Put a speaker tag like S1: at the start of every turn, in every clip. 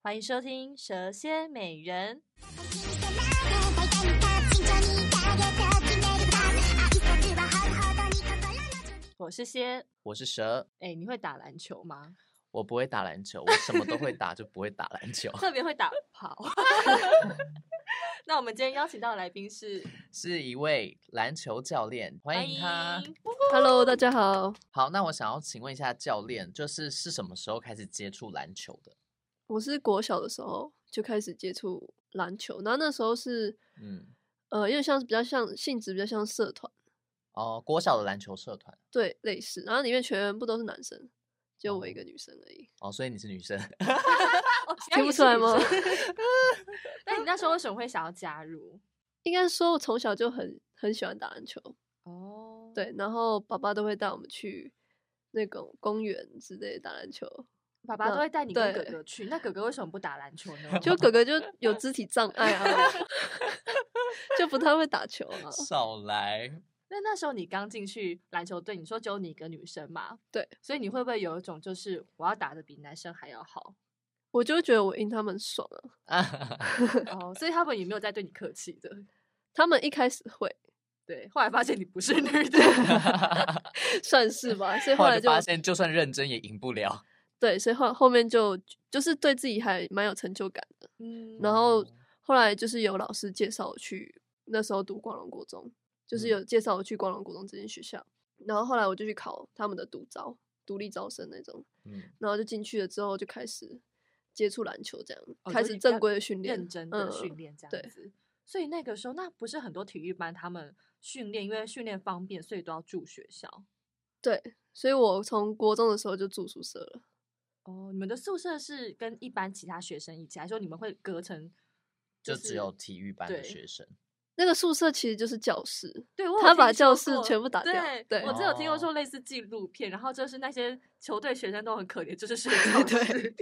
S1: 欢迎收听《蛇蝎美人》。我是蝎，
S2: 我是蛇，
S1: 哎、你会打篮球吗？
S2: 我不会打篮球，我什么都会打，就不会打篮球。
S1: 特别会打跑。 那我们今天邀请到的来宾是
S2: 是一位篮球教练， 欢迎他。
S3: Hello，大家好。
S2: 好，那我想要请问一下教练，就是是什么时候开始接触篮球的？
S3: 我是国小的时候就开始接触篮球，然后那时候是，
S2: 嗯，
S3: 呃，因为像是比较像性质比较像社团，
S2: 哦，国小的篮球社团
S3: 对，类似，然后里面全部都是男生，只有我一
S2: 哦
S3: 个女生而已。
S2: 哦，所以你是女生。
S1: 哦
S3: 听不出来吗？
S1: 原来你是女 生那你那时候为什么会想要加入？
S3: 应该说，我从小就很很喜欢打篮球，
S1: 哦，
S3: 对，然后爸爸都会带我们去那种公园之类打篮球，
S1: 爸爸都会带你跟哥
S3: 对
S1: 哥去，那哥哥为什么不打篮球呢？
S3: 就哥哥就有肢体障碍啊， 就不太会打球 啊。
S2: 少 来，
S1: 那那时候你刚进去篮球队，你说只有你一个女生嘛？
S3: 对，
S1: 所以你会不会有一种就是我要打的比男生还要 好？
S3: 我就觉得我赢他们爽啊，
S1: 哦，所以他们也没有在对你客气的。
S3: 他们一开始会，
S1: 对，后来发现你不是女 的，
S3: 算是吧，所以后
S2: 后
S3: 来
S2: 来就
S3: 就
S2: 发现，就算认真也赢不了。
S3: 对，所以后后面就就是对自己还蛮有成就感的。
S1: 嗯
S3: 然后
S2: 哦
S3: 后来就是有老师介绍我去，那时候读光荣国中，就是
S2: 嗯
S3: 有介绍我去光荣国中这间学校。然后后来我就去考他们的独招、独立招生那种，
S2: 嗯，
S3: 然后就进去了之后就开始接触篮球，这样、
S1: 哦
S3: 开
S1: 就是
S3: 始
S1: 比较
S3: 正规的训练，
S1: 认真的
S3: 嗯
S1: 训练这
S3: 对
S1: 样子。所以那个时候，那不是很多体育班他们训练，因为训练方便，所以都要住学校。
S3: 对，所以我从国中的时候就住宿舍了。
S1: 哦，你们的宿舍是跟一般其他学生一起，还是说你们会隔成？
S2: 就是只有体育班的
S1: 对
S2: 学生。
S3: 那个宿舍其实就是教室，
S1: 对，哦我有
S3: 他把
S1: 听
S3: 教
S1: 说
S3: 室
S1: 过
S3: 全部打掉
S1: 对，
S3: 对
S1: 我只有听过
S2: 哦
S1: 说类似纪录片，然后就是那些球队学生都很可怜，就是睡教室，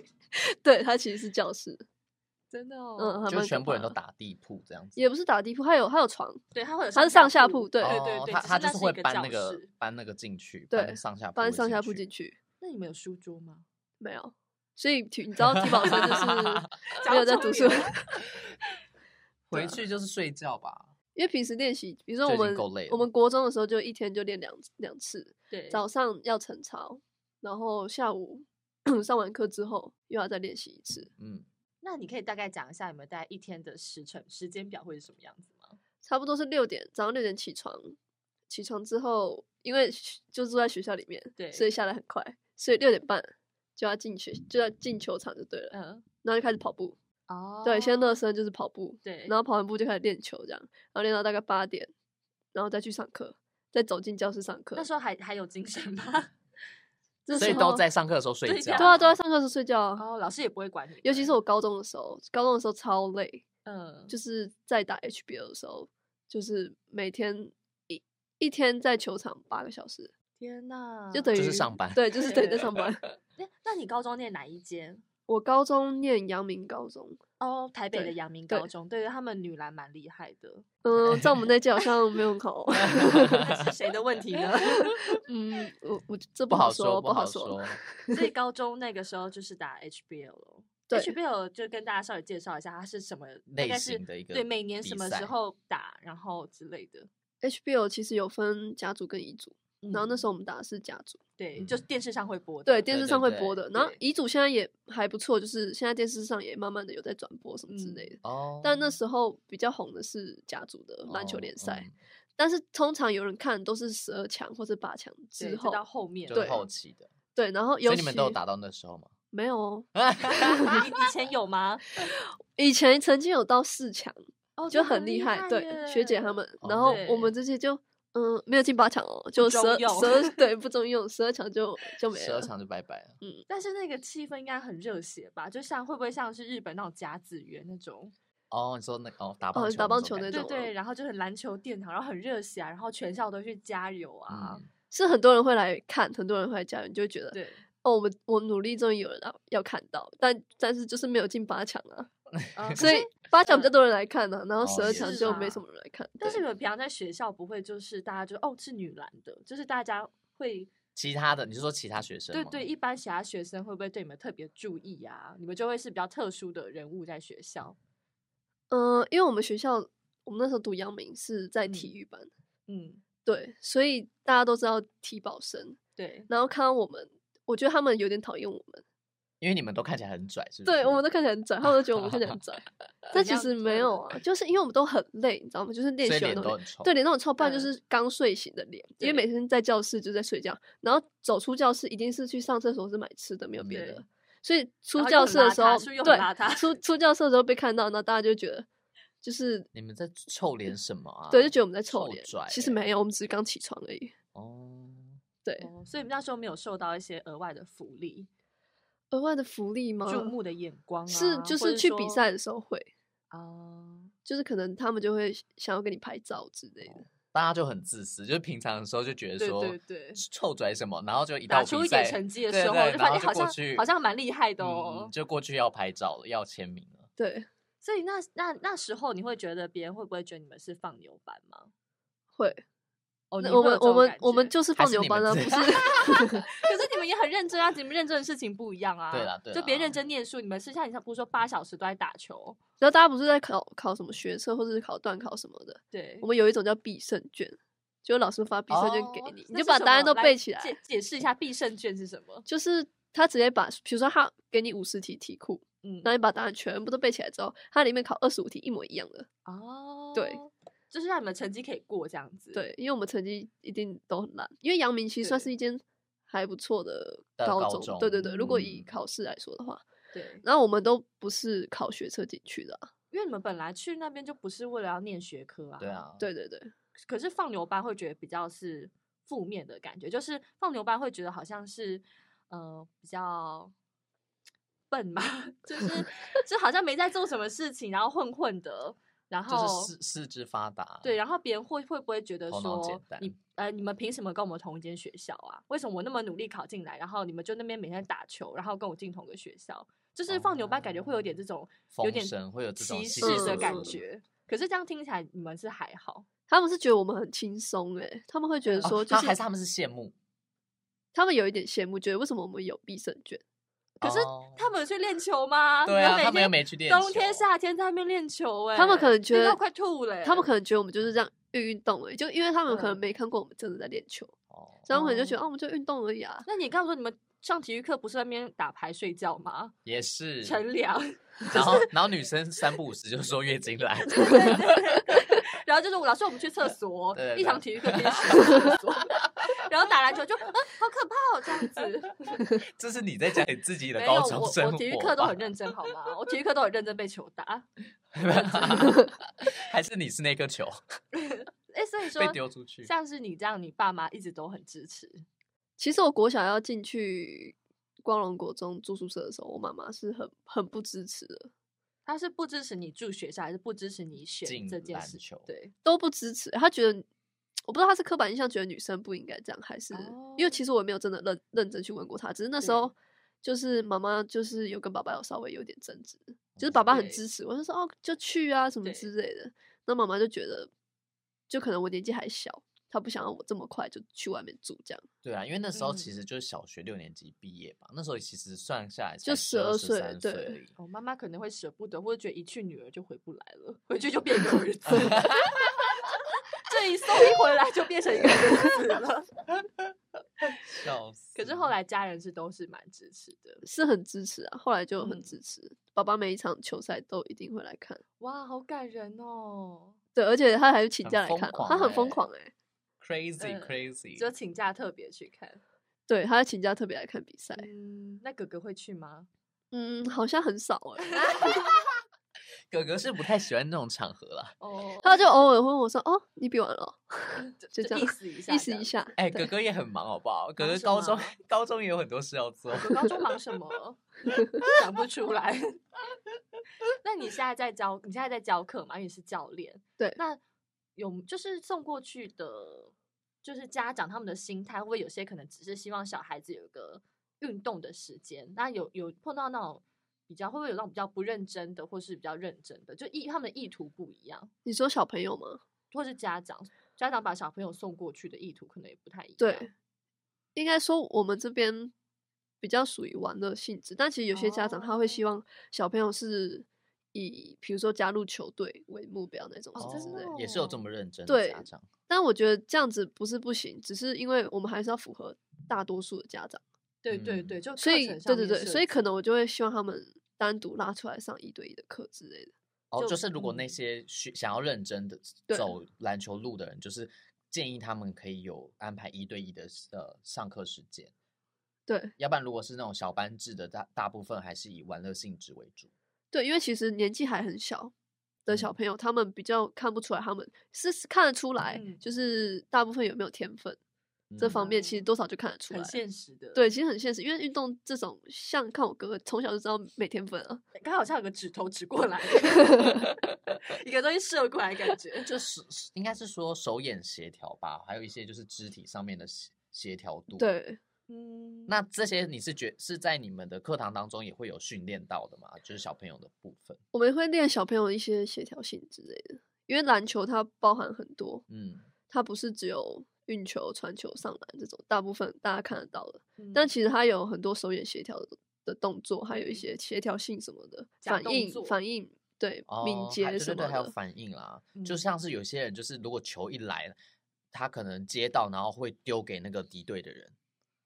S3: 对，它其实是教室，
S1: 真的哦。
S3: 嗯，还
S2: 就
S3: 蛮
S2: 全
S3: 可
S2: 部人都
S3: 怕的，
S2: 打地铺这样子。
S3: 也不是打地铺，它有它有床，
S1: 对，他会有
S3: 它是上下铺对
S1: 对
S2: 哦
S1: 对对，
S2: 他
S1: 只
S2: 他就是
S1: 那
S2: 是
S1: 是
S2: 会
S1: 一个
S2: 搬
S1: 教
S2: 那个
S1: 室
S2: 搬那个进去，搬那
S3: 对，
S2: 个上下
S3: 搬
S2: 的
S3: 上下铺进去，
S1: 那你们有书桌吗？
S3: 没有。所以体 你知道体保 生就是啊
S1: 讲
S3: 没有
S1: 到重
S3: 在 读书，
S1: 点
S2: 回去就是睡觉吧。
S3: 因为平时练习，比如说
S2: 就
S3: 我
S2: 已经
S3: 们
S2: 够累了
S3: 我们国中的时候就一天就练两两次，
S1: 对，
S3: 早上要晨操，然后下午 上完课之后又要再练习一次，
S2: 嗯，
S1: 那你可以大概讲一下你们大概一天的时程时间表会是什么样子吗？
S3: 差不多是六点，早上六点起床，起床之后因为学就住在学校里面，
S1: 对
S3: 所以下来很快，所以六点半就要进学就要进球场就对了，
S1: 嗯，
S3: 然后就开始跑步，
S1: 哦
S3: 嗯对，现在热身就是跑步，
S1: 对，
S3: 然后跑完步就开始练球，这样，然后练到大概八点，然后再去上课，再走进教室上课。
S1: 那时候还还有精神吗？
S3: 这
S2: 所以
S3: 时
S2: 都
S3: 候
S2: 在上课的时候睡
S1: 对
S2: 觉。
S1: 呀
S3: 对啊，都在上课时睡觉啊。
S1: 哦，老师也不会管你，
S3: 尤其是我高中的时候，高中的时候超累，
S1: 嗯，
S3: 就是是在打 HBO 的时候，就是每天一一天在球场八个小时，
S1: 天呐，
S3: 就等于
S2: 就是上班
S3: 对，就是等于在
S1: 对
S3: 上班。
S1: 诶那你高中念哪一间？
S3: 我高中念阳明高中，
S1: 哦，台北的
S3: 对
S1: 阳明
S3: 对
S1: 高中，对对，他们女篮蛮厉害的，
S3: 嗯，在我们那届好像没有 很好，
S1: 那是谁的问题呢？
S3: 嗯，我我这
S2: 不好
S3: 说，
S2: 不
S3: 不
S2: 好
S3: 说。。
S1: 所以高中那个时候就是打 HBL 咯
S3: 对
S1: ，HBL 就跟大家稍微介绍一下，它是什么大
S2: 类
S1: 概是
S2: 型的一个
S1: 对每年
S2: 比
S1: 什么
S2: 赛
S1: 时候打，然后之类的。
S3: HBO 其实有分甲组跟乙组，然后那
S1: 嗯
S3: 时候我们打的是甲组。
S1: 对，就是电视上会播的，
S3: 对，电
S2: 对
S3: 视
S2: 对
S3: 上会
S2: 对
S3: 播的。然后
S1: 对
S3: 遗嘱现在也还不错，就是现在电视上也慢慢的有在转播什么之
S1: 嗯
S3: 类的。
S2: 哦，
S3: 但那时候比较红的是甲组的篮球
S2: 哦
S3: 联赛，，但是通常有人看都是十二强或者八强
S1: 对
S3: 之
S1: 就
S3: 后，
S1: 到后面
S2: 嗯 就是
S3: 对
S2: 后期的。
S3: 对，然后
S2: 所
S3: 尤
S2: 以
S3: 其
S2: 你们都有打到那时候吗？
S3: 没有哦？
S1: 以以前有吗？
S3: 以前曾经有到四强，
S1: 哦
S3: 就很厉害，对学姐他，们，
S2: 哦
S3: 然后我
S1: 对
S3: 们这些就。嗯，没有进八强哦，就十
S1: 中
S3: 二
S1: 用
S3: 十二对不中用，十二强就就没
S2: 十
S3: 了
S2: 二。场就拜拜了。
S1: 但是那个气氛应该很热血吧？就像会不会像是日本那种甲子园那种？
S2: 哦，你说那个哦，打
S3: 哦
S2: 棒球
S3: 打
S2: 那
S3: 棒
S2: 种
S3: 球
S2: 感
S3: 那
S2: 觉
S1: 对
S3: 种
S1: 对，然后就很篮球殿堂，然后很热血啊，然后全校都去加油啊，
S2: 嗯
S3: 是很多人会来看，很多人会来加入，你就会觉得
S1: 对。
S3: 哦，我们我努力终于有人要要看到，但但是就是没有进八强啊，
S1: 呃可
S3: 所以
S1: 是
S3: 八强
S1: 嗯
S3: 比较多人来看呢、然后
S2: 哦
S3: 十二
S2: 也
S3: 强
S1: 是
S3: 就
S1: 啊
S3: 没什么人来看。
S1: 但是
S3: 对
S1: 你们平常在学校不会就是大家就哦是女篮的，就是大家会
S2: 其他的，你是说其他学生
S1: 对
S2: 吗
S1: 对，，一般其他学生会不会对你们特别注意啊？你们就会是比较特殊的人物在学校。
S3: 嗯、因为我们学校，我们那时候读阳明是在
S1: 嗯
S3: 体育班，
S1: 嗯，
S3: 对，所以大家都知道体保生，
S1: 对，
S3: 然后看到我们，我觉得他们有点讨厌我们，
S2: 因为你们都看起来很拽，是不是？
S3: 对我们都看起来很拽，他们都觉得我们看起来 很拽，但
S1: 怎
S3: 其
S1: 样
S3: 实没
S1: 拽
S3: 有啊，就是因为我们都很累，你知道吗？就是练
S2: 所以
S3: 习
S2: 脸
S3: 的
S2: 都
S3: 东西。
S2: 很臭。
S3: 对，脸都很臭，不然就
S1: 嗯
S3: 是刚睡醒的脸，因为每天在教室就在睡觉，然后走出教室一定是去上厕所，是买吃的，没有别
S1: 对
S3: 的。所以出
S1: 然后又
S3: 教
S1: 很
S3: 室的
S1: 邋
S3: 时
S1: 遢
S3: 候，
S1: 是不是又很
S3: 对
S1: 邋遢
S3: 出出教室的时候被看到，那大家就觉得就是
S2: 你们在臭脸什么啊？
S3: 对，就觉得我们在臭脸
S2: 拽。
S3: 其实
S2: 欸
S3: 没有，我们只是刚起床而已。
S2: 哦，
S3: 对，
S1: 哦所以那时候没有受到一些额外的福利、
S3: 额外的福利吗？
S1: 注目的眼光啊，
S3: 嗯是就
S1: 或
S3: 是
S1: 者
S3: 去比
S1: 说
S3: 赛的时候会，
S1: 啊。
S3: 就是可能他们就会想要跟你拍照之类的。
S2: 大家就很自私，就是平常的时候就觉得
S1: 对
S2: 说
S1: 对对
S2: 臭拽什么，然后就一到
S1: 打
S2: 比赛
S1: 出一点成绩的
S2: 对
S1: 时候，
S2: 对
S1: 就
S2: 然
S1: 发
S2: 后
S1: 现好
S2: 过
S1: 像
S2: 去
S1: 好像蛮厉害的
S2: 嗯
S1: 哦。
S2: 就过去要拍照了，要签名了。
S3: 对，
S1: 所以那那那时候你会觉得别人会不会觉得你们是放牛班吗？
S3: 会。
S1: 哦，
S3: 那
S1: 你
S3: 我
S1: 会有
S3: 们
S1: 这
S3: 我
S1: 种
S3: 们
S1: 感
S3: 我们
S1: 觉
S3: 就是
S2: 还
S3: 放
S2: 是
S3: 牛
S2: 你
S3: 班
S2: 们
S3: 啊，不
S2: 自 己
S3: 是
S1: 可是你们也很认真啊，你们认真的事情不一样啊。
S2: 对啦嗯对
S1: 就别人
S2: 啦
S1: 认真念书，你们剩下你像不是说八小时都在打球？
S3: 然后大家不是在考考什么学测或者是考段考什么的，
S1: 对，
S3: 我们有一种叫必胜卷，就是老师发必胜卷给
S1: 哦
S3: 你，你
S1: 那
S3: 就是把
S1: 什
S3: 答案
S1: 么
S3: 都
S1: 来
S3: 背起来。
S1: 解解释一下必胜卷是什么？
S3: 就是他直接把，比如说他给你五十题题库，
S1: 嗯
S3: 然后你把答案全部都背起来之后，它里面考二十五题一模一样的。
S1: 哦，
S3: 对，
S1: 就是让你们成绩可以过这样子。
S3: 对，因为我们成绩一定都很烂，因为阳明其实算
S1: 对
S3: 是一间还不错的
S2: 的
S3: 高
S2: 高
S3: 中，
S2: 中
S3: 对对对。如果以
S2: 嗯
S3: 考试来说的话，
S1: 对，
S3: 然后我们都不是考学测进去的啊、
S1: 因为你们本来去那边就不是为了要念学科啊。
S2: 对。啊，
S3: 对对对，
S1: 可是放牛班会觉得比较是负面的感觉，就是放牛班会觉得好像是呃比较笨嘛， 就是 就好像没在做什么事情，然后混混的，然后
S2: 就是四四肢发达。哦
S1: 对，然后别人会会不会觉得
S2: 头脑简
S1: 说你
S2: 单
S1: 呃你们凭什么跟我们同一间学校啊？为什么我那么努力考进来，然后你们就那边每天打球，然后跟我进同个学校？就是放牛班感觉会有点这种有
S2: 风
S1: 点
S2: 声会有这种
S1: 歧
S2: 歧
S1: 视
S3: 视
S1: 的感
S3: 嗯
S1: 觉。可是这样听起来你们是还好，
S3: 他们是觉得我们很轻松诶，他们会觉得
S2: 哦
S3: 说，就
S2: 他
S3: 是、
S2: 还是他们是羡慕，
S3: 他们有一点羡慕，觉得为什么我们有必胜卷？
S1: 可是
S2: 哦
S1: 他们有去练球吗？你
S2: 对啊，
S1: 每
S2: 他们又
S1: 天
S2: 没去练
S1: 冬天
S2: 球
S1: 夏天在那边练球、欸，哎，
S3: 他们可能觉得
S1: 快吐了欸、
S3: 他们可能觉得我们就是这样运运动而已，就因为他们可能
S1: 嗯
S3: 没看过我们真的在练球，
S2: 哦
S3: 所以他们可能就觉
S1: 哦
S3: 得哦、我们就运动而已啊。
S1: 那你刚刚说你们上体育课不是在那边打牌睡觉吗？
S2: 也 是，
S1: 乘凉，
S2: 然后然后女生三不五时就说月 经来，
S1: 然后就是老师我们去厕所，
S2: 对对
S1: 一堂
S2: 对
S1: 体育课天去厕所，然后打篮球就啊好可怕哦这样子。
S2: 这是你在讲你自己的
S1: 没有
S2: 高中
S1: 我
S2: 生活
S1: 我体育课都
S2: 吧
S1: 很认 真好吗？我体育课都很认真被球打。
S2: 还是你是那颗球
S1: 哎，所以说
S2: 被丢出去？
S1: 像是你这样，你爸妈一直都很支持。
S3: 其实我国小要进去光荣国中住宿舍的时候，我妈妈是很很不支持的，
S1: 他是不支持你住学校，还是不支持你选
S2: 进
S1: 这件
S2: 篮
S1: 事？
S2: 球
S1: 对，
S3: 都不支持。她觉得我不知道她是刻板印象，觉得女生不应该这样，还是、因为
S1: 哦
S3: 其实我也没有真的认认真去问过她，只是那时候
S1: 对
S3: 就是妈妈就是有跟爸爸有稍微有点争执，就是
S2: 嗯
S3: 爸爸很
S1: 对
S3: 支持，我就说哦就去啊什么
S1: 对
S3: 之类的。那妈妈就觉得，就可能我年纪还小，她不想让我这么快就去外面住这样。
S2: 对啊，因为那时候其
S1: 嗯
S2: 实就是小学六年级毕业吧，那时候其实算下来
S3: 就
S2: 12
S3: 12
S2: 13岁
S3: 岁
S2: 而已，
S3: 对
S1: 哦，妈妈可能会舍不得，或者觉得一去女儿就回不来了，回去就变一个 儿子。 这一送一回来就变成一个儿子了。
S2: 笑死。
S1: 可是后来家人是都是蛮支持的，
S3: 是很支持啊，后来就很
S1: 嗯
S3: 支持。爸爸每一场球赛都一定会来看，
S1: 哇，好感人哦！
S3: 对，而且他还去请
S2: 很
S3: 假来
S2: 疯
S3: 看哦、
S2: 狂
S3: 他很疯
S2: 欸
S3: 狂哎、
S2: crazy
S1: 嗯
S2: crazy，
S1: 就请假特别去看。
S3: 对，他请假特别来看比赛。
S1: 嗯，那哥哥会去 吗？
S3: 嗯，好像很少哎、
S2: 哥哥是不太喜欢那种场合啦。
S1: 哦，
S3: 他就偶尔会问我说：“哦，你比完了哦、
S1: 就
S3: 就这样
S1: 意思一下，
S3: 意思一。下。
S2: 哎，
S3: 对啊
S2: 哥哥也很忙，好不好？哥
S1: 忙
S2: 哥
S1: 什
S2: 高中
S1: 么
S2: 高中也有很多事要做。
S3: 哦
S1: 我高中忙什么？想不出来。 那你现在在教，你现在在教课嘛？因为你是教练，
S3: 对
S1: 那有就是送过去的，就是家长他们的心态，会不会有些可能只是希望小孩子有一个运动的时间？那有有碰到那种比较，会不会有那种比较不认真的，或是比较认真的？就意他们的意图不一样，
S3: 你说小朋友吗？
S1: 或是家长家长把小朋友送过去的意图可能也不太一样。
S3: 对，应该说我们这边比较属于玩乐性质，但其实有些家长他会希
S1: 哦
S3: 望小朋友是以比如说加入球队为目标那种
S1: 哦
S3: 什
S1: 真
S3: 么
S1: 的
S3: 之类
S1: 哦
S2: 也是有这么认真的家
S3: 对
S2: 长，
S3: 但我觉得这样子不是不行，只是因为我们还是要符合大多数的家长，
S1: 对对
S2: 嗯
S1: 对，就
S3: 所
S1: 课
S3: 以
S1: 程
S3: 对
S1: 上
S3: 对
S1: 面
S3: 对，
S1: 设
S3: 所以
S1: 计
S3: 可能我就会希望他们单独拉出来上一对一的课之类的。
S2: 哦，
S1: 就
S2: 就是如果那
S1: 嗯
S2: 些需想要认真的
S3: 对
S2: 走篮球路的人，就是建议他们可以有安排一对一的呃上课时间，
S3: 对
S2: 要不然如果是那种小班制的，大大部分还是以玩乐性质为主。
S3: 对，因为其实年纪还很小的小
S2: 嗯
S3: 朋友，他们比较看不出来，他们是是看得出来，
S1: 嗯
S3: 就是大部分有没有天分、这方
S2: 嗯
S3: 面，其实
S1: 嗯
S3: 多少就看得出来
S1: 很
S3: 了。
S1: 现实的。
S3: 对，，其实很现实，因为运动这种，像看我哥哥从小就知道没天分啊，
S1: 刚好像有个指头指过 来，一个东西射过来，感觉
S2: 就是是应该是说手眼协调吧，还有一些就是肢体上面的协协调度。，
S3: 对，
S1: 嗯，
S2: 那这些你是觉是在你们的课堂当中也会有训练到的吗？就是小朋友的部分，
S3: 我们会练小朋友一些协调性之类的，因为篮球它包含很多，
S2: 嗯，
S3: 它不是只有运球、传球、上篮这种，大部分大家看得到的，
S1: 嗯
S3: 但其实它有很多手眼协调的的动作，还有一
S1: 嗯
S3: 些协调性什么的，
S1: 假
S3: 反
S1: 动
S3: 应
S1: 作
S3: 反应对、
S2: 哦，
S3: 敏
S2: 还
S3: 捷
S2: 对对
S3: 什么
S2: 对，还有
S3: 的，
S2: 反应啦，就
S1: 嗯
S2: 像是有些人就是如果球一来，他可能接到然后会丢给那个敌对的人。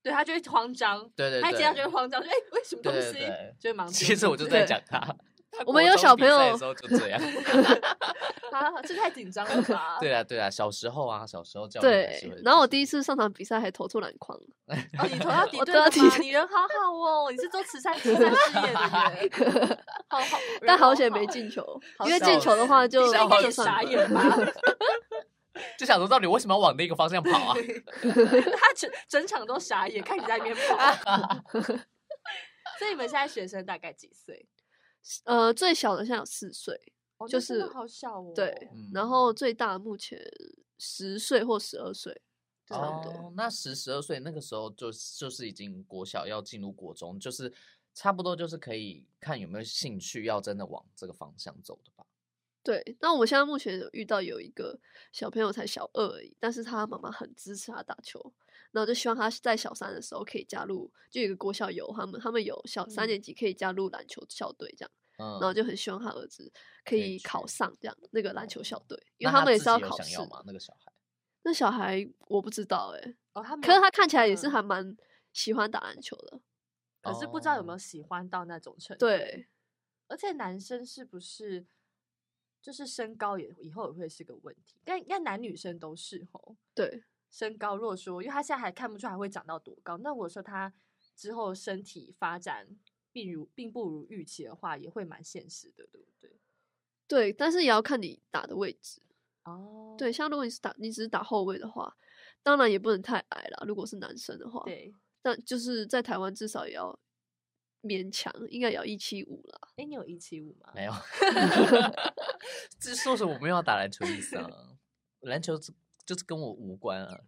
S1: 对他就会慌张，
S2: 对对
S1: 他一接他就
S2: 对
S1: 会，慌张，说哎，为什么
S2: 对
S1: 东
S2: 对
S1: 西
S2: 对？
S1: 就会忙。
S2: 其实我就在讲他。 他
S3: 我
S2: 国
S3: 们有
S2: 中
S3: 小
S2: 比
S3: 朋
S2: 赛的
S3: 友
S2: 时候就这样。
S1: 啊，这太紧张 了吧？
S2: 对啊，对啊，小时候啊，小时候教练还是
S3: 对
S2: 会。
S3: 然后我
S2: 就是
S3: 第一次上场比赛还投出篮筐，
S1: 哦，你投到敌
S3: 我
S1: 对
S3: 投
S1: 了
S3: 到
S1: 吗
S3: 敌？对
S1: 你人好好哦，你是做慈善慈善事业的耶， 好好，人
S3: 但好
S1: 好
S3: 险没
S1: 好。
S3: 进球，
S1: 好
S3: 因为
S1: 笑
S3: 进球 的话
S1: 死
S3: 就
S1: 这应该
S3: 就
S1: 也
S3: 算
S1: 傻
S3: 了
S1: 眼吧？
S2: 就想说，到底为什么要往那个方向跑 啊？
S1: 他整整场都傻眼，看你在那边跑。 所以你们现在学生大概几岁？
S3: 呃，最小的现在有四岁，
S1: 哦
S3: 就
S1: 那真的
S3: 是
S1: 好小哦。
S3: 对，
S2: 嗯
S3: 然后最大目前十岁或十二岁，差不多。
S2: 哦，那十十二岁那个时候就就是已经国小要进入国中，就是差不多就是可以看有没有兴趣要真的往这个方向走的吧。
S3: 对，那我们现在目前有遇到有一个小朋友才小二而已，但是他妈妈很支持他打球，那我就希望他在小三的时候可以加入，就有一个国小有他们，他们有小三
S1: 嗯
S3: 年级可以加入篮球校队这样，
S2: 嗯，
S3: 然后就很希望他儿子可
S2: 可以
S3: 以考
S2: 去哦
S3: 上这样那个篮球校队，因
S2: 那
S3: 为他
S2: 他
S3: 们也
S2: 自
S3: 是要
S2: 己有
S3: 考
S2: 想
S3: 试
S2: 要
S3: 嘛
S2: 吗？那个小孩
S3: 那小孩我不知道哎、
S1: 哦，他没
S3: 可是
S1: 有
S3: 他看起来也是
S1: 嗯
S3: 还蛮喜欢打篮球的，
S1: 可是不知道有没有
S2: 哦
S1: 喜欢到那种程度。，
S3: 对，
S1: 而且男生是不是就是身高也以后也会是个问题？但应该男女生都是吼。
S3: 对，
S1: 身高若说，因为他现在还看不出来会长到多高，那我说他之后身体发展并如并不如预期的话，也会蛮现实的，对不对？
S3: 对，但是也要看你打的位置。
S1: 哦，
S3: 对，像如果你是打你只是打后卫的话，当然也不能太矮啦。如果是男生的话，
S1: 对，
S3: 但就是在台湾至少也要勉强，应该也要一七五啦。
S1: 哎，你有一七五吗？
S2: 没 有？这说什么？我没有要打篮球的意思啊，篮球这就是跟我无关啊，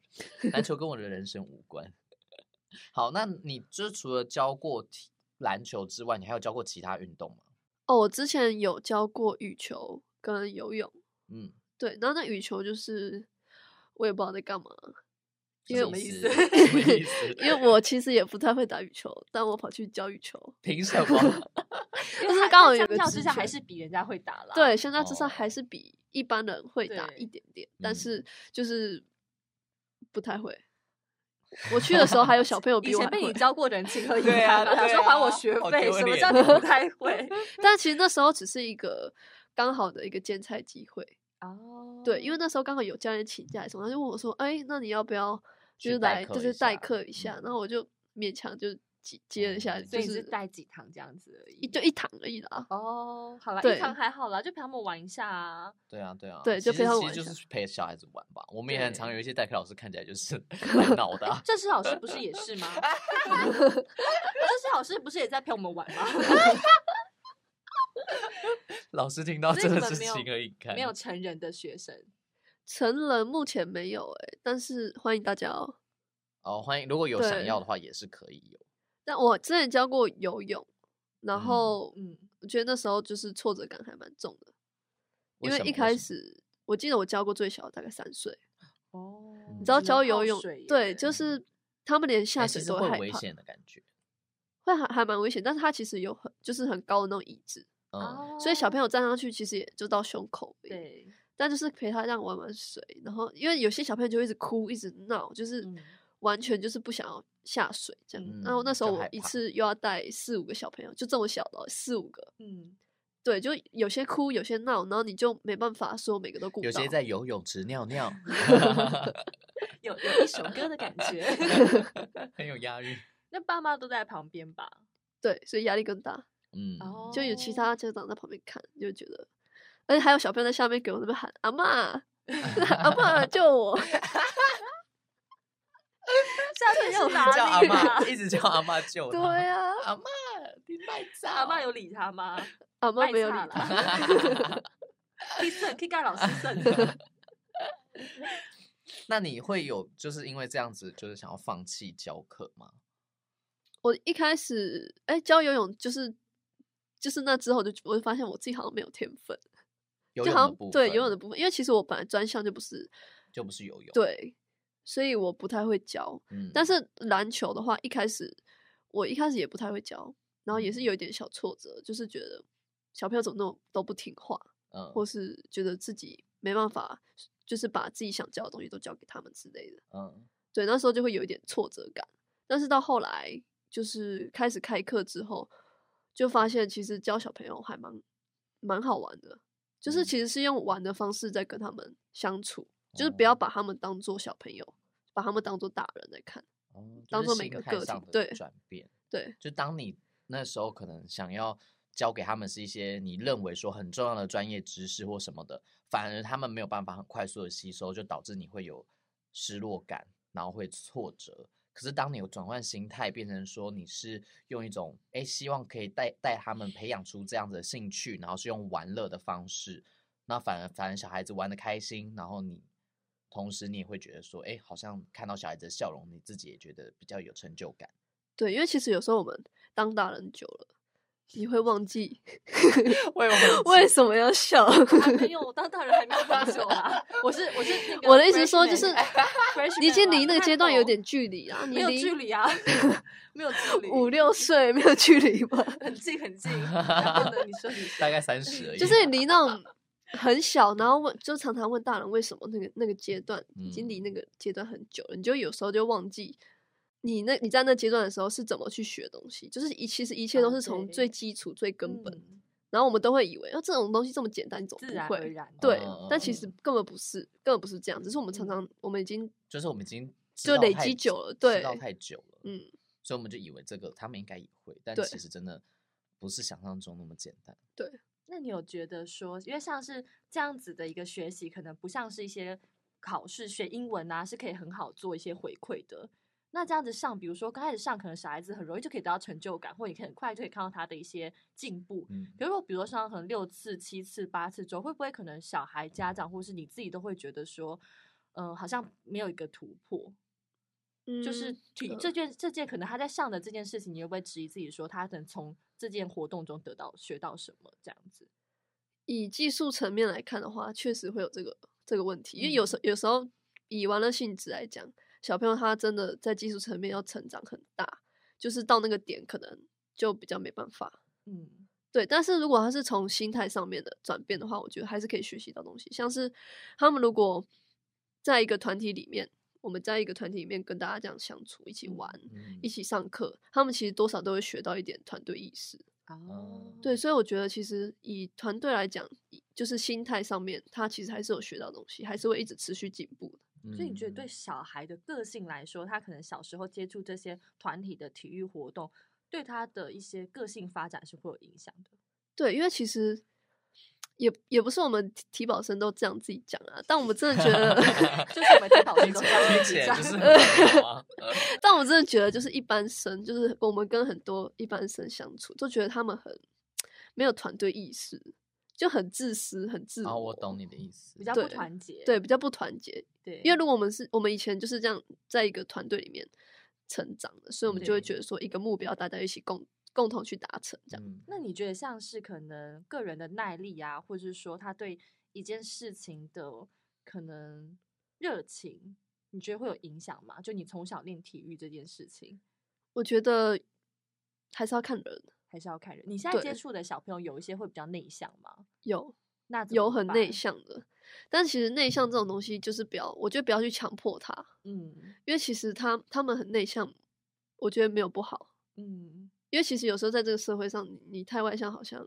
S2: 篮球跟我的人生无关。 好，那你就是除了教过体篮球之外，你还有教过其他运动吗？
S3: 哦，我之前有教过羽球跟游泳，
S2: 嗯，
S3: 对，然后那羽球就是我也不知道在干嘛，因为
S2: 什
S3: 我
S2: 么
S1: 意
S2: 意思？
S1: 思
S2: 什么意思
S3: ？因为我其实也不太会打羽球，但我跑去教羽球。
S2: 凭什么？
S1: 因为
S3: 就是
S1: 他
S3: 刚
S1: 他
S3: 好有
S1: 相
S3: 个
S1: 较
S3: 直
S1: 之下还
S3: 觉
S1: 是比人家会打啦。
S3: 对，现在至少
S2: 哦
S3: 还是比一般人会打
S1: 对
S3: 一点点，但
S2: 嗯
S3: 是就是不太会。我去的时候还有小朋友比
S1: 以
S3: 我
S1: 前
S3: 还
S1: 被你
S3: 会，
S1: 教过的人情何以
S2: 对啊
S1: 堪啊？想
S2: 对
S1: 说还我
S2: 啊
S1: 学
S2: 好
S1: 费，
S2: 丢
S1: 什么
S2: 脸
S1: 叫你不太会？
S3: 但其实那时候只是一个刚好的一个兼差机会。
S1: 哦，
S3: 对，因为那时候刚好有教练请假什么，他就问我说：“哎，那你要不要
S2: 去
S3: 就是
S2: 代
S3: 来
S2: 课
S3: 就
S2: 一
S3: 是代
S2: 下
S3: 课一下？”
S2: 嗯
S3: 然后我就勉强就接接了一下，
S2: 哦
S1: 所
S3: 就
S1: 以你
S3: 是
S1: 是带几堂这样子而已。
S3: 一就一堂而已啦。
S1: 哦，好了，
S3: 对
S1: 一堂还好啦，就陪他们玩一下啊。
S2: 对啊，对啊，
S3: 对就
S2: 其
S3: 陪
S2: 实
S3: 他
S2: 其
S3: 玩
S2: 实就
S3: 一下
S2: 是陪小孩子玩吧。我们也很常
S1: 对
S2: 有一些代课老师看起来就是 满脑的啊，
S1: 正式老师不是也是吗？正式老师不是也在陪我们玩吗？
S2: 老师听到
S1: 所以
S2: 真
S1: 你
S2: 的
S1: 们
S2: 是
S1: 没有
S2: 情何以堪。
S1: 没有成人的学生，
S3: 成人目前没有哎、但是欢迎大家哦。
S2: 哦，欢迎，如果有想
S3: 对
S2: 要的话也是可以有。
S3: 但我之前教过游泳，然
S2: 嗯
S3: 后
S1: 嗯，
S3: 我觉得那时候就是挫折感还蛮重的，因
S2: 为
S3: 为
S2: 什么为
S3: 一开
S2: 什
S3: 始我记得我教过最小的大概三岁，
S1: 哦，
S2: 你
S3: 你知道
S1: 只能
S3: 教
S1: 泡
S3: 游泳
S1: 水，
S3: 对，
S1: 耶
S3: 就是他们连下
S2: 哎
S3: 水
S2: 其实
S3: 都
S2: 会
S3: 害
S2: 危
S3: 怕，
S2: 险的感觉。
S3: 会还还蛮危险。但是它其实有很就是很高的那种椅子，
S2: 嗯，
S3: 所以小朋
S1: 友
S3: 友站上去其实也就到胸口而已。
S1: 哦对，
S3: 但就是陪他这样玩玩水，然后因为有些小朋友就一直哭，一直闹，就是
S1: 嗯
S3: 完全就是不想要下水这样。然后那
S2: 嗯
S3: 时候
S2: 就
S3: 我
S2: 害
S3: 一
S2: 怕
S3: 次又要带四五个小朋友，就这么小的哦四五个，
S1: 嗯，
S3: 对，就有些哭，有些闹，然后你就没办法说每个都顾到。
S2: 有些在游泳池尿 尿，
S1: 有有一首歌的感 觉。
S2: 很有押韵。
S1: 那爸妈都在旁边吧？
S3: 对，所以压力更大，
S2: 嗯，
S1: 哦
S3: 就有其他家长在旁边看，就觉得，而且还有小朋友在下面给我那边喊阿妈，阿妈救我，
S1: 下面
S3: 有
S1: 是哪
S2: 叫阿
S1: 里啊
S2: 妈？一直叫阿妈救
S3: 对
S2: 他。
S3: 啊，
S2: 阿妈，你卖照。
S1: 阿妈有理他吗？
S3: 阿妈没有理
S1: 卖惨
S3: 他。
S1: 了。K 胜 K 盖老师胜 的，
S2: 那你会有就是因为这样子，就是想要放弃教课吗？
S3: 我一开始哎、教游泳就是就是那之后就我就发现我自己好像没有天分，
S2: 游
S3: 就
S2: 泳
S3: 好
S2: 的
S3: 像
S2: 部
S3: 对
S2: 分
S3: 游泳的部分，因为其实我本来专项就不是
S2: 就不是游泳。，
S3: 对，所以我不太会教。
S2: 嗯
S3: 但是篮球的话，一开始我一开始也不太会教，然后也是
S2: 嗯
S3: 有一点小挫折，就是觉得小朋友怎么那么都不听话，
S2: 嗯
S3: 或是觉得自己没办法，就是把自己想教的东西都教给他们之类的。
S2: 嗯
S3: 对，那时候就会有一点挫折感。但是到后来，就是开始开课之后，就发现其实教小朋友还蛮蛮好玩的，就是
S2: 嗯
S3: 其实是用玩的方式在跟他们相处，就是不要
S2: 哦
S3: 把他们当做小朋友，把他们当做大人来看。
S2: 哦就是
S3: 当做每
S2: 心
S3: 个
S2: 态
S3: 个体
S2: 上的
S3: 对
S2: 转变。
S3: 对
S2: 就当你那时候可能想要教给他们是一些你认为说很重要的专业知识或什么的，反而他们没有办法很快速的吸收，就导致你会有失落感，然后会挫折。可是当你有转换心态，变成说你是用一种哎、诶希望可以带带他们培养出这样子的兴趣，然后是用玩乐的方式，那反而反而小孩子玩的开心，然后你同时你也会觉得说，哎、好像看到小孩子的笑容，你自己也觉得比较有成就感。
S3: 对，因为其实有时候我们当大人久了，你会 忘记
S2: 我有很
S3: 为什么要笑。
S1: 还没有，我当大人还没有多久 啊。我是我是那个
S3: 我的意思是说，就
S1: freshman
S3: 是
S1: freshman
S3: 你 已经
S1: 啊
S3: 离那个阶段有
S1: 看懂
S3: 点距离啊，你
S1: 没有
S3: 离
S1: 距离 啊， 没有距离，
S3: 五六岁没有距离 吧？
S1: 很近很 近。然后呢，你说你
S2: 大概三十而已，
S3: 就是离那种很小，然后问，就常常问大人为什么那个那个阶段已经离
S2: 嗯
S3: 那个阶段很久了，你就有时候就忘记你那你在那阶段的时候是怎么去学东西，就是一其实一切
S1: 啊
S3: 都是从最
S1: 对
S3: 基础最根本，
S1: 嗯
S3: 然后我们都会以为，哦、这种东西这么简单，你怎
S1: 自
S3: 么
S1: 然
S3: 不
S1: 而
S3: 会？
S1: 然。
S3: 对，
S2: 嗯
S3: 但其
S1: 嗯
S3: 实根本不是，根本不是这样，只是我们常常我们已经
S2: 就是我们已经知
S3: 就
S2: 道
S3: 累
S2: 太
S3: 积久了
S2: 知道
S3: 对
S2: 太久了，
S3: 嗯，
S2: 所以我们就以为这个他们应该也会，但
S3: 对
S2: 其实真的不是想象中那么简单。
S1: 那你有觉得说，因为像是这样子的一个学习，可能不像是一些考试学英文啊，是可以很好做一些回馈的。那这样子上，比如说刚开始上，可能小孩子很容易就可以得到成就感，或你可以很快就可以看到他的一些进步。
S2: 嗯，
S1: 比如说，比如说上可能六次、七次、八次之后，会不会可能小孩、家长或是你自己都会觉得说，嗯、好像没有一个突破，就是
S3: 嗯
S1: 体
S3: 嗯
S1: 这件这件可能他在上的这件事情，你会不会质疑自己说他能从这件活动中得到学到什么这样子？
S3: 以技术层面来看的话，确实会有这个这个问题，因为
S2: 嗯
S3: 有时有时候以玩乐性质来讲，小朋友他真的在技术层面要成长很大，就是到那个点可能就比较没办法。
S1: 嗯，
S3: 对，但是如果他是从心态上面的转变的话，我觉得还是可以学习到东西。像是他们如果在一个团体里面，我们在一个团体里面跟大家这样相处，一起玩，
S2: 嗯
S3: 一起上课，他们其实多少都会学到一点团队意识。
S1: 哦，
S3: 对，所以我觉得其实以团队来讲，以就是心态上面，他其实还是有学到东西，还是会一直持续进步的。
S1: 所以你觉得对
S2: 嗯
S1: 小孩的个性来说，他可能小时候接触这些团体的体育活动，对他的一些个性发展是会有影响的。
S3: 对，因为其实也也不是我们体体保生都这样自己讲啊，但我们真 的觉得，
S1: 就是我们在保
S2: 听
S1: 持
S2: 起
S1: 都
S2: 来听
S1: 这
S2: 起来
S1: 样
S2: 就是
S1: 子
S2: 很
S1: 讲
S2: 无聊啊
S3: 但我真的觉得就是一般生，就是我们跟很多一般生相处，都觉得他们很没有团队意识，就很自私，很自我。
S2: 哦，我懂你的意思，嗯
S1: 比较不
S3: 对
S1: 团结。
S3: 对，比较不团结，
S1: 对，
S3: 因为如果我们是我们以前就是这样在一个团队里面成长的，所以我们就会
S1: 对
S3: 觉得说一个目标大家一起共共同去达成这样。
S2: 嗯
S1: 那你觉得像是可能个人的耐力啊，或者是说他对一件事情的可能热情，你觉得会有影响吗？就你从小练体育这件事情，
S3: 我觉得还是要看人，
S1: 还是要看人。你现在接
S3: 对
S1: 触的小朋友有一些会比较内向吗？
S3: 有
S1: 那怎
S3: 有
S1: 么
S3: 很内
S1: 办，
S3: 向的，但其实内向这种东西就是不要，我觉得不要去强迫他，
S1: 嗯
S3: 因为其实他他们很内向，我觉得没有不好，
S1: 嗯，
S3: 因为其实有时候在这个社会上，你你太外向好像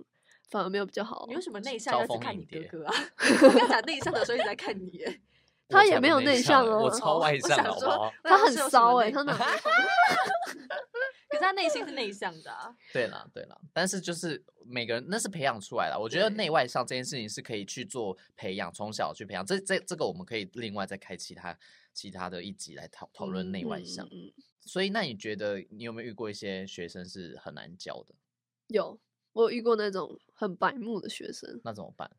S3: 反而没有比较好哦、
S1: 你为什么内向
S2: 招
S1: 要去
S2: 蜂
S1: 看
S2: 引
S1: 你哥
S2: 蝶
S1: 哥啊？ 我刚讲内向的时候一直在看你耶，
S3: 他
S2: 我
S3: 也
S2: 才不
S3: 没有内向
S2: 欸我
S3: 啊
S2: 超
S1: 哦
S2: 外
S1: 我
S2: 向的，
S1: 想
S2: 好不
S1: 说
S2: 好？
S3: 他
S1: 那
S3: 很
S1: 是有什
S3: 骚
S1: 么
S3: 哎、
S1: 内
S3: 他哪有内向
S1: 可是他内心是内向的 啊。
S2: 对啦，对啦，但是就是每个人那是培养出来的，我觉得
S1: 对
S2: 内外向这件事情是可以去做培养，从小去培养。这这这个我们可以另外再开其他其他的一集来讨讨论内外
S3: 嗯
S2: 向。
S3: 嗯嗯
S2: 所以那你觉得你有没有遇过一些学生是很难教的？
S3: 有，我有遇过那种很白目的学生，
S2: 那怎么办？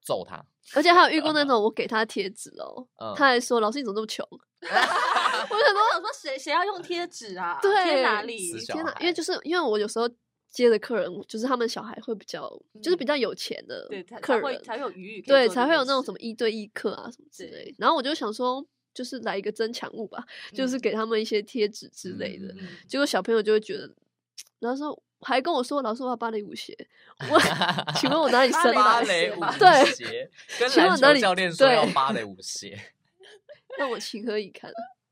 S2: 揍他？
S3: 而且还有遇过那种我给他贴纸哦，
S2: 嗯，
S3: 他还说老师你怎么那么穷？
S1: 我想说，我想说谁谁要用贴纸啊？贴
S3: 对
S1: 哪里
S2: 死？角小
S3: 天哪！因
S2: 孩
S3: 为就是因为我有时候接的客人，就是他们小孩会比较，就是比
S1: 嗯
S3: 较有钱的
S1: 对，才
S3: 客
S1: 才会
S3: 人，
S1: 才会有余裕，
S3: 对才会有那种什么一对一课啊什么之
S1: 对
S3: 类。然后我就想说，就是来一个增强物吧，就是
S1: 嗯
S3: 给他们一些贴纸之类的。
S2: 嗯
S1: 嗯
S3: 结果小朋友就会觉得，然后说还跟我说老师我要芭蕾舞鞋，我 请问我哪里生
S2: 芭
S3: 来
S2: 蕾
S3: 的？
S2: 舞
S3: 对
S2: 鞋，跟
S3: 请问
S2: 篮
S3: 哪
S2: 球
S3: 里
S2: 教练说要
S3: 对
S2: 芭蕾舞 鞋，
S3: 让我情何以堪？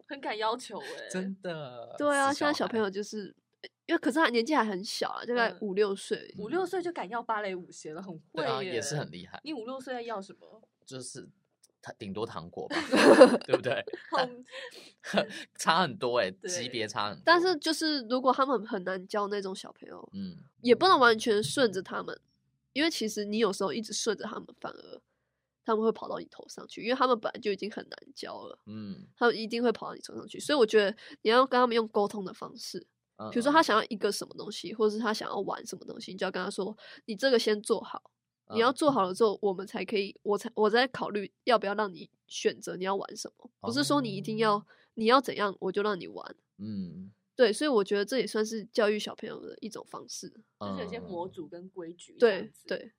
S1: 很敢要 求哎，
S2: 真的。
S3: 对啊，
S2: 死
S3: 现在
S2: 小
S3: 小朋
S2: 孩
S3: 友就是。呃因为可是他年纪还很小啊，大概
S1: 嗯
S3: 五六岁，
S1: 五六岁就敢要芭蕾舞鞋了，很
S2: 对啊
S1: 会耶，
S2: 也是很厉害，
S1: 你五六岁在要什么？
S2: 就是他顶多糖 果吧，对不对？
S1: 好，
S2: 差很多哎，级
S1: 对
S2: 别差很多。
S3: 嗯但是就是如果他们很难教那种小朋友，
S2: 嗯，
S3: 也不能完全顺着他们，因为其实你有时候一直顺着他们，反而他们会跑到你头上去，因为他们本来就已经很难教了，
S2: 嗯
S3: 他们一定会跑到你头上去。所以我觉得你要跟他们用沟通的方式，
S2: 嗯，
S3: 比如说他
S2: 嗯
S3: 想要一个什么东西，或者是他想要玩什么东西，你就要跟他说，你这个先做好，你要
S2: 嗯
S3: 做好了之后，我们才可以，我才我在考虑要不要让你选择你要玩什么，不是说你一定要
S2: 哦
S3: 你要怎样我就让你玩。
S2: 嗯，
S3: 对，所以我觉得这也算是教育小朋友的一种方式。
S1: 就是有些
S2: 嗯
S1: 模，组跟规矩这样
S3: 对
S1: 子，
S3: 对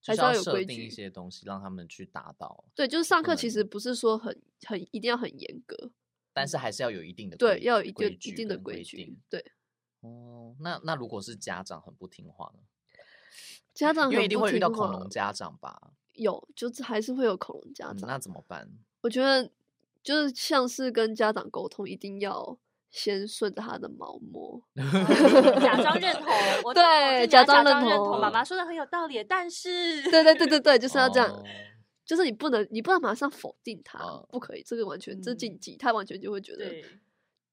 S2: 就是
S3: 还是要
S2: 要
S3: 有
S2: 设
S3: 规
S2: 定一
S3: 矩
S2: 些东西让他们去达到，
S3: 对，就是上
S2: 不
S3: 课其
S2: 能
S3: 实不是说很很一定要很严格，
S2: 但是还是要有一定的
S3: 嗯对，
S2: 规
S3: 要有一
S2: 规
S3: 定一
S2: 矩
S3: 定的
S2: 跟
S3: 规
S2: 规
S3: 矩
S2: 定。
S3: 对，
S2: 哦，那那如果是家长很不听话呢？
S3: 家长
S2: 因为
S3: 很
S2: 一定
S3: 不
S2: 会遇
S3: 听
S2: 到恐
S3: 话
S2: 龙家长吧？
S3: 有，就是还是会有恐龙家
S2: 嗯
S3: 长。
S2: 那怎么办？
S3: 我觉得就是像是跟家长沟通，一定要先顺着他的毛摸。
S1: 啊假装认同，我听
S3: 对
S1: 我听起
S3: 假
S1: 来
S3: 装
S1: 假
S3: 认
S1: 认
S3: 同
S1: 妈妈说的很有道理，但是
S3: 对对对对对，就是要这样。
S2: 哦
S3: 就是你不能，你不能马上否定他，
S2: 哦
S3: 不可以，这个完全这
S1: 嗯
S3: 禁忌，他完全就会觉得，
S1: 对，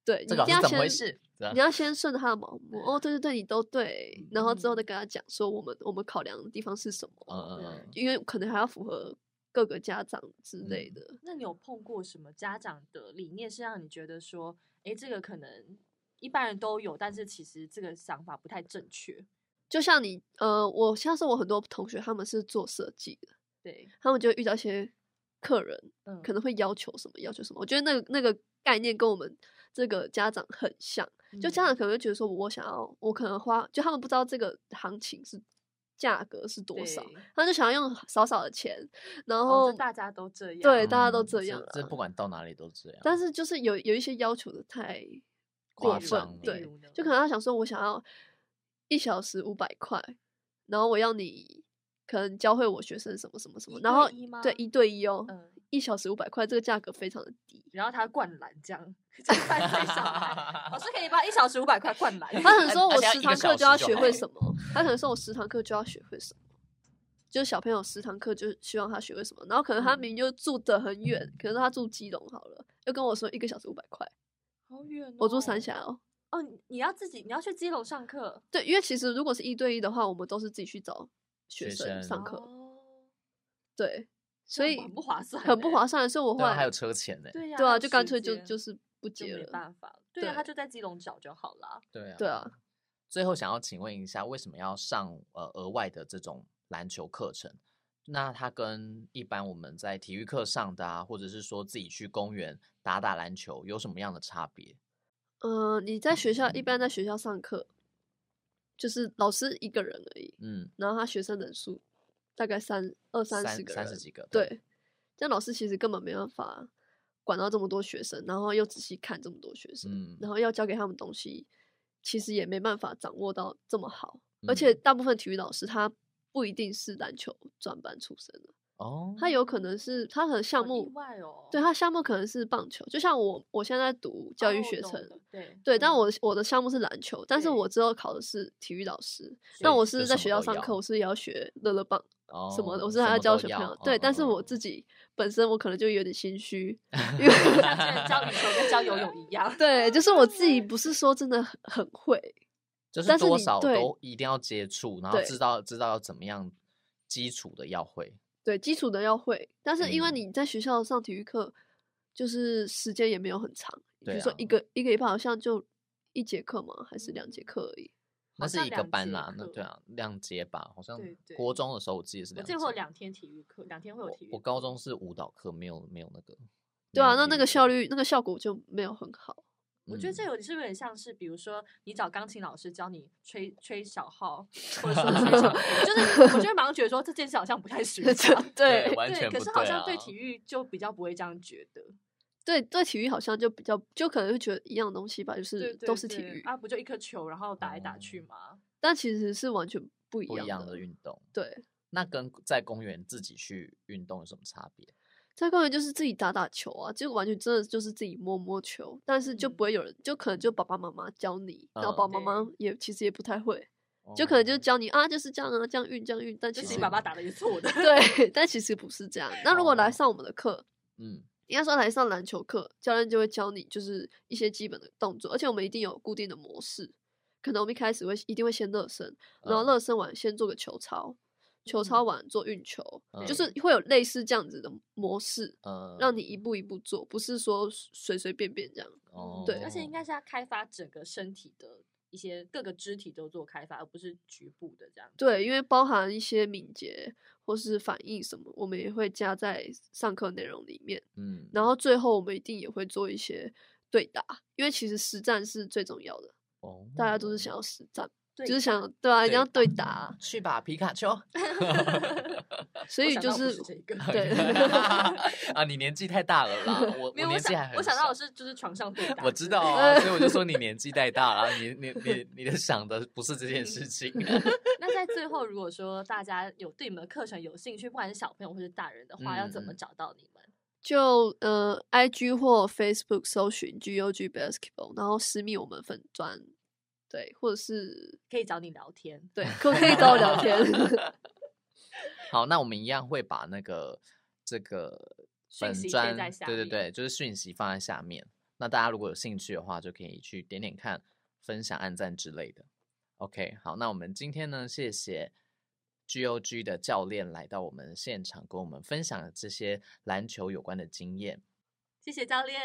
S3: 对，
S2: 这
S3: 你
S2: 个
S3: 一定
S2: 是
S3: 要
S2: 怎
S3: 先
S2: 么回事？这样
S3: 你要先顺着他的毛摸，哦，对对对，你都对，然后之后再
S1: 嗯
S3: 跟他讲说我们我们考量的地方是什么，
S2: 嗯嗯
S1: 对
S2: 嗯，
S3: 因为可能还要符合各个家长之类
S2: 嗯
S3: 的。
S1: 那你有碰过什么家长的理念是让你觉得说，哎，这个可能一般人都有，但是其实这个想法不太正确？
S3: 就像你，呃，我像是我很多同学他们是做设计的，
S1: 对，
S3: 他们就会遇到一些客人
S1: 嗯，
S3: 可能会要求什么要求什么，我觉得那个那个概念跟我们这个家长很像。
S1: 能
S3: 就家长可能会觉得说，我想要，我可能花，就他们不知道这个行情是价格是多少，他们就想要用少少的钱，然
S1: 然后
S3: 后、
S1: 就大家都哦这样，
S3: 对大家都
S2: 嗯
S3: 这样
S2: 这
S3: 啦
S2: 不管到哪里都这样。
S3: 但是就是有有一些要求的太过
S2: 夸张
S3: 分
S2: 了，
S3: 对
S1: 例如呢，
S3: 就可能他想说，我想要一小时五百块，然后我要你可能教会我学生什么什么什么
S1: 一，
S3: 然
S1: 对
S3: 后
S1: 一吗
S3: 对一对一哦，
S1: 嗯，
S3: 一小时五百块这个价格非常的低，
S1: 然后他灌篮这样， 就犯罪小孩，老师可以把一小时五百块灌 篮，
S3: 他可能
S2: 而
S3: 说
S2: 而
S3: 我
S2: 且要
S3: 十
S2: 一
S3: 堂
S2: 个
S3: 课
S2: 小
S3: 就要
S2: 时就
S3: 学
S2: 好
S3: 会
S2: 了
S3: 什么，他可能说我十堂课就要学会什么，就是小朋友十堂课就是希望他学会什么，然后可能他
S1: 嗯
S3: 明明就住得很远，可能他住基隆好了，又跟我说一个小时五百块，
S1: 好远、哦，
S3: 我住三峡哦。
S1: 哦，你你要自己你要去基隆上课，
S3: 对，因为其实如果是一对一的话，我们都是自己去找学
S2: 学
S3: 生
S2: 生
S3: 上课，
S1: 哦，
S3: 对，
S1: 这
S3: 所
S1: 样
S3: 以
S1: 很不划算，欸
S3: 很不划。算，所以我后
S2: 对啊还有
S3: 来
S2: 车钱呢。
S1: 对呀、
S3: 对
S1: 还
S3: 啊，
S1: 有
S3: 就干
S1: 时
S3: 脆就
S1: 间
S3: 就是不
S1: 就
S3: 接
S1: 没
S3: 了。
S1: 办法了。对啊，
S3: 对
S1: 他就在基隆找就好 啦。
S2: 对啊，
S3: 对啊。
S2: 最后想要请问一下，为什么要上呃额外的这种篮球课程？那它跟一般我们在体育课上的啊，或者是说自己去公园打打篮球有什么样的差别？
S3: 嗯，你在学校一般在学校上课，就是老师一个人而已，
S2: 嗯，
S3: 然后他学生人数大概三二三
S2: 三
S3: 十个
S2: 三
S3: 人，
S2: 十几个，
S3: 对，这样老师其实根本没办法管到这么多学生，然后又仔细看这么多学生，
S2: 嗯，
S3: 然后要教给他们东西，其实也没办法掌握到这么好。而且
S2: 嗯
S3: 大部分体育老师他不一定是篮球专班出身的，
S2: 哦，
S3: 他有可能是他的项
S1: 好意
S3: 目，
S1: 外哦，
S3: 对他项目可能是棒球，就像我我现在读教育
S1: 哦
S3: 学
S1: 懂
S3: 程，
S1: 了对
S3: 对，但
S1: 嗯
S3: 我我的项目是篮球，但是
S1: 对
S3: 我之后考的是体育老师。
S2: 所
S3: 那
S2: 以
S3: 我
S2: 就是什
S3: 在
S2: 么
S3: 学校
S2: 都
S3: 上课，
S2: 要
S3: 我是也要学乐乐棒什么的，我
S2: 哦
S3: 是还要
S2: 么
S3: 教
S2: 都
S3: 小朋友
S2: 要。
S3: 对，但是
S2: 嗯
S3: 我
S2: 嗯
S3: 自己本身我可能就有点 心虚，因
S1: 就
S3: 为，
S1: 像之前教羽球跟教游泳一样
S3: 对，就是我自己不是说真的很很会，
S2: 就是
S3: 但是
S2: 多
S3: 你
S2: 少
S3: 对
S2: 都一定要接触，然后
S3: 对
S2: 知道知道要怎么样基础的要会。
S3: 对基础的要会，但是因为
S2: 嗯
S3: 你在学校上体育课，就是时间也没有很长，比
S2: 对
S3: 如说
S2: 啊
S3: 一个一个礼拜好像就一节课嘛，还是两节课而已。
S2: 那
S1: 好
S2: 是
S1: 像
S2: 一个
S1: 两
S2: 班
S1: 节
S2: 啦，那
S1: 课
S2: 对啊，两节吧，好像
S1: 对对
S2: 国中的时候我记得是
S1: 我
S2: 两节。
S1: 记得会有两天体育课，两天会有
S2: 我
S1: 体育课。
S2: 我高中是舞蹈课，没有没有那个。没
S3: 对
S2: 有
S3: 啊，那
S2: 体
S3: 那
S2: 育
S3: 个
S2: 课
S3: 效，率、那个效果就没有很好。
S1: 我觉得这
S2: 嗯
S1: 有是不是有点像是，比如说你找钢琴老师教你吹吹小 号，或者说吹小提，就是我就会马上觉得说这件事好像不太寻 常。
S2: 对，完
S1: 对，
S2: 全
S1: 可
S2: 不
S1: 是好像
S2: 啊
S1: 对体育就比较不会这样觉得，
S3: 对对，体育好像就比较，就可能会觉得一样的东西吧，就
S1: 对
S3: 是
S1: 对
S3: 都是体
S1: 对
S3: 育，
S1: 啊，不就一颗球，然后打来打
S2: 哦
S1: 去吗？
S3: 但其实是完全不一
S2: 不一样
S3: 样
S2: 的运动。
S3: 对，
S2: 那跟在公园自己去运动有什么差别？
S3: 在公园就是自己打打球啊，就完全真的就是自己摸摸球，但是就不会有人，就可能就爸爸妈妈教你，然后
S2: 嗯
S3: 爸爸妈妈也其实也不太会，就可能就
S2: 哦
S3: 教你啊，就是这样啊，这样运这样运，但
S1: 就
S3: 其
S1: 是
S3: 实
S1: 你爸爸打的也是 我的，
S3: 对，但其实不是这样。那如果来
S2: 哦
S3: 上我们的课，
S2: 嗯
S3: 应该说来上篮球课，教练就会教你就是一些基本的动作，而且我们一定有固定的模式。可能我们一开始会一定会先热身，然后
S2: 嗯
S3: 热身完先做个球操，球操
S1: 嗯
S3: 完做运球，就是
S2: 嗯
S3: 会有类似这样子的模式，
S2: 呃，
S3: 让你一步一步做，不是说随随便便这样。
S1: 嗯
S2: 哦
S3: 对
S1: 而且应该是要开发整个身体的一些各个肢体都做开发，而不是局部的这样子。
S3: 对，因为包含一些敏捷或是反应什么，我们也会加在上课内容里面。
S2: 嗯，
S3: 然后最后我们一定也会做一些对答，因为其实实战是最重要的，
S2: 哦
S3: 大家都是想要实战，
S1: 嗯对
S3: 就是想对啊，一定要对
S2: 对
S3: 答，
S2: 去吧，皮卡丘。
S3: 所
S1: 我
S3: 以
S1: 想
S3: 就
S1: 到不
S3: 是
S1: 是这 个
S3: 对
S2: 啊，你年纪太大了啦，我
S1: 没有，
S2: 年纪还
S1: 想
S2: 很
S1: 我想到
S2: 小
S1: 的是就是床上对打，
S2: 我知道啊，所以我就说你年纪太大了，你你你你的想的不是这件事情。
S1: 那在最后，如果说大家有对你们的课程有兴趣，不管是小朋友或是大人的话，要怎么
S2: 嗯嗯
S1: 找到你们？
S3: 就呃，I G 或 Facebook 搜寻 G O G Basketball，然后私密我们粉专，对，或者是
S1: 可以找你聊天。
S3: 对，可可以找我聊天。
S2: 好，那我们一样会把那个这个
S1: 讯
S2: 本
S1: 息贴
S2: 专
S1: 在下，
S2: 对对
S1: 面
S2: 对，就是讯息放在下面。那大家如果有兴趣的话，就可以去点点看、分享、按赞之类的。OK，好，那我们今天呢，谢谢 GOG 的教练来到我们现场，跟我们分享这些篮球有关的经验。
S1: 谢谢教 练，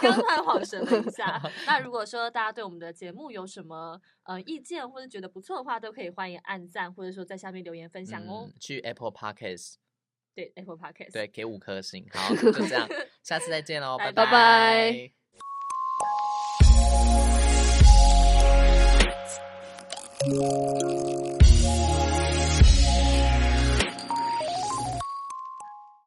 S1: 刚突然恍神了一下。那如果说大家对我们的节目有什么呃意见，或者觉得不错的话，都可以欢迎按赞，或者说在下面留言分享哦。
S2: 嗯、去 Apple Podcast
S1: 对，Apple Podcast。
S2: 对，给五颗星。好，就这样，下次再见喽，
S1: 拜
S2: 拜
S3: 拜